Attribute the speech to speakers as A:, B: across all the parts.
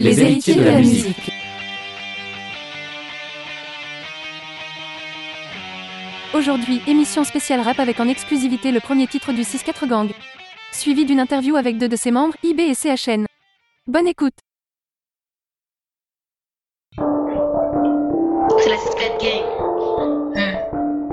A: Les héritiers de la musique.
B: Aujourd'hui, émission spéciale rap avec en exclusivité le premier titre du 6-4 Gang. Suivi d'une interview avec deux de ses membres, IB et CHN. Bonne écoute.
C: C'est la Scat Gang.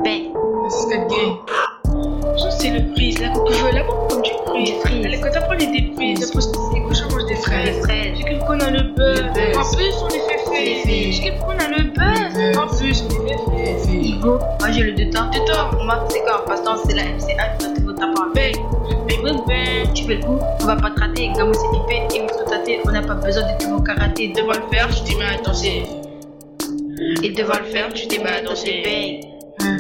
C: Ben,
D: Squid Game. Ça, c'est le brise. La coupe la coupe comme du brise.
C: Des frises.
D: Allez, Quand t'apprends les des frises, après, les cochons mangent des
C: les
D: fraises.
C: fraises.
D: J'ai qu'une qu'on a le buzz.
C: Le buzz.
D: En plus, on les fait
C: Les
D: faire.
C: filles.
D: J'ai qu'une qu'on a le buzz.
C: buzz.
D: En plus, on les fait faire.
C: Hugo, moi j'ai le deux temps. Deux temps, moi c'est quoi En passant, c'est la MCA qui va te foutre ta part. Ben, ben, ben, ben. Tu fais le coup, on va pas te rater. Gamo, c'est épais et on se tâter. On n'a pas besoin de tout mon karaté. Devant le faire, tu t'es mis à danser. Et devant le faire, tu t'es mis à danser. Ben,
D: Hein.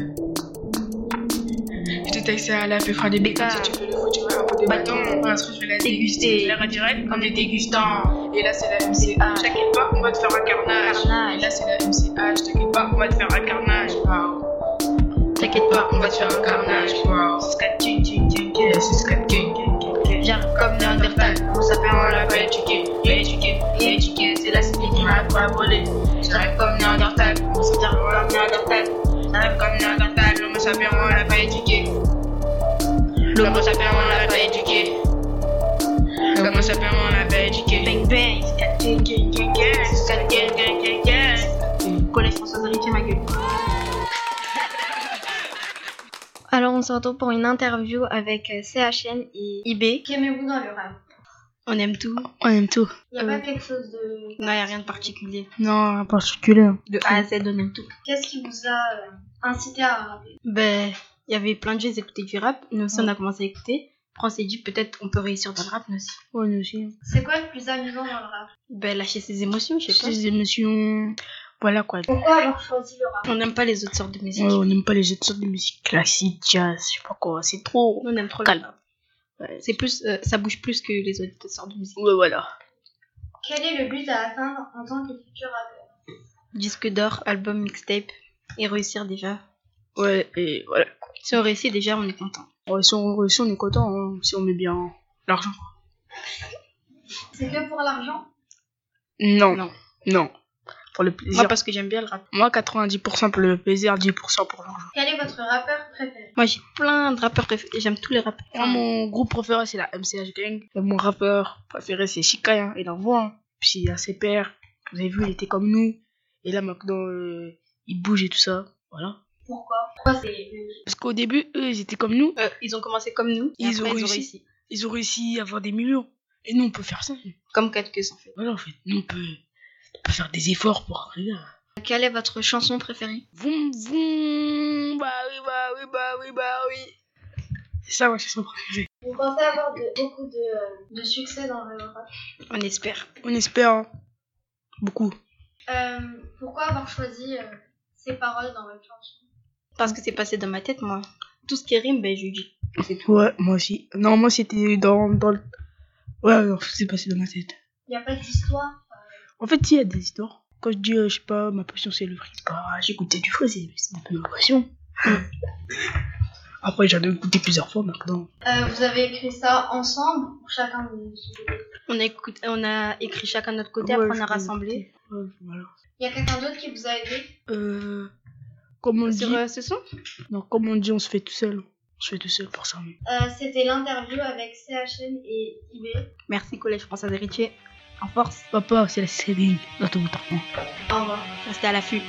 D: Je te taxe à la feuille des bécards. Si tu veux le fou, tu vas un peu de bâton. Pour l'instant, Bah, je vais la déguster. La redirect en est dégustant. Et là, c'est la MCA. T'inquiète pas, on va te faire un carnage. Et
C: carnage.
D: là, c'est la MCA. T'inquiète pas, on va te faire un carnage. Waouh.
C: T'inquiète pas, on va te faire un carnage.
D: Wow. C'est ce qu'a dit, dit, dit, dit, c'est ce qu'a dit, dit, dit, dit.
C: Viens comme Néandertal, on s'appelle
D: On
C: en
D: l'a
C: la
D: pas
C: bête.
D: éduqué, mais éduqué, mais éduqué, c'est la cité qui m'a pas volé. Je rêve comme Néandertal, on s'appelle comme Néandertal. Je rêve comme Néandertal, l'homme s'appelle, on l'a pas éduqué. L'homme s'appelle, on l'a pas éduqué. L'homme s'appelle, on l'a pas éduqué.
C: Bang bang, Scat Gang.
D: Gang, gang, gang,
C: Scat Gang, gang, gang, gang. Collège François Héritier, ma gueule.
E: Alors on se retrouve pour une interview avec euh, CHN et IB.
F: Qu'aimez-vous dans le rap
E: On aime tout.
G: On aime tout.
F: Il n'y a
E: Euh.
F: pas quelque chose de...
E: Non, y a rien de particulier.
G: Non, en particulier.
E: De A à Z, on aime tout.
F: Qu'est-ce qui vous a euh, incité à rapper
E: Ben, il y avait plein de jeux écouter du rap. Nous aussi, on a commencé à écouter. Après, on s'est dit peut-être on peut réussir dans le rap, nous aussi.
G: Ouais, nous aussi.
F: C'est quoi le plus amusant dans le rap
E: Ben, lâcher ses émotions, je sais pas.
G: C'est des notions. Voilà quoi. Ouais,
F: Pourquoi avoir choisi le rap
E: On n'aime pas les autres sortes de musique.
G: on n'aime pas les autres sortes de musique classique, jazz, je sais pas quoi. C'est trop.
E: Nous, on aime trop
G: Calme.
E: le rap. C'est plus, euh, ça bouge plus que les autres sortes de musique.
G: Ouais, voilà.
F: Quel est le but à atteindre en tant que futur rappeur
E: Disque d'or, album, mixtape. Et réussir déjà.
G: Ouais, et voilà.
E: Si on réussit déjà, on est content.
G: Ouais, si on réussit, on est content. hein, Si on met bien l'argent.
F: C'est que pour l'argent
G: Non.
E: Non.
G: Non. Pour le
E: Moi,
G: plaisir.
E: parce que j'aime bien le rap.
G: Moi, 90% pour le plaisir, 10% pour l'argent.
F: Quel est votre rappeur préféré
E: Moi, j'ai plein de rappeurs préférés. J'aime tous les rappeurs.
G: Moi, Oh mon groupe préféré, c'est la MCH Gang. Et mon rappeur préféré, c'est Shikai. hein. Il envoie. hein. Puis il a ses pères. Vous avez vu, il était comme nous. Et là, maintenant, euh, il bouge et tout ça. Voilà.
F: Pourquoi Pourquoi c'est...
G: Parce qu'au début, eux, ils étaient comme nous.
E: Euh, ils ont commencé comme nous. et
G: Ils
E: après,
G: ont réussi. Ils ont réussi à avoir des millions. Et nous, on peut faire ça.
E: Comme 4 en fait.
G: Voilà, en fait. Nous, on peut, on peut faire des efforts pour arriver à...
E: Quelle est votre chanson préférée
G: Vroom, vroom. Bah oui, bah oui, bah oui, bah oui. C'est ça, ma chanson préférée.
F: Vous pensez avoir de- beaucoup de, euh, de succès dans le rap
E: On espère.
G: On espère. hein. Beaucoup.
F: Euh, Pourquoi avoir choisi euh, ces paroles dans votre chanson
E: Parce que c'est passé dans ma tête, moi. Tout ce qui rime, ben je dis.
G: Ouais, moi aussi. Non, moi, c'était dans, dans le... Ouais, non, c'est passé dans ma tête.
F: Il n'y a pas d'histoire euh.
G: En fait, il y a des histoires. Quand je dis, euh, je sais pas, ma passion c'est le frisbee, bah, j'écoutais du frisbee, c'est un peu ma passion. Après, j'en ai écouté plusieurs fois maintenant.
F: Euh, Vous avez écrit ça ensemble ou chacun de son côté
E: On a, écout- on a écrit chacun de notre côté,
G: Ouais,
E: après on
G: je
E: a
G: peux
E: rassemblé.
G: Ouais, voilà.
F: Il y a quelqu'un d'autre qui vous a aidé
G: Euh, comme on dit,
E: Sur euh, ce son
G: non, comme on dit, on se fait tout seul. On se fait tout seul pour ça. mais-
F: Euh, C'était l'interview avec CHN et IB.
E: Merci Collège Français d'Héritier. En force,
G: Papa, c'est la série dans ton temps.
E: restez à l'affût.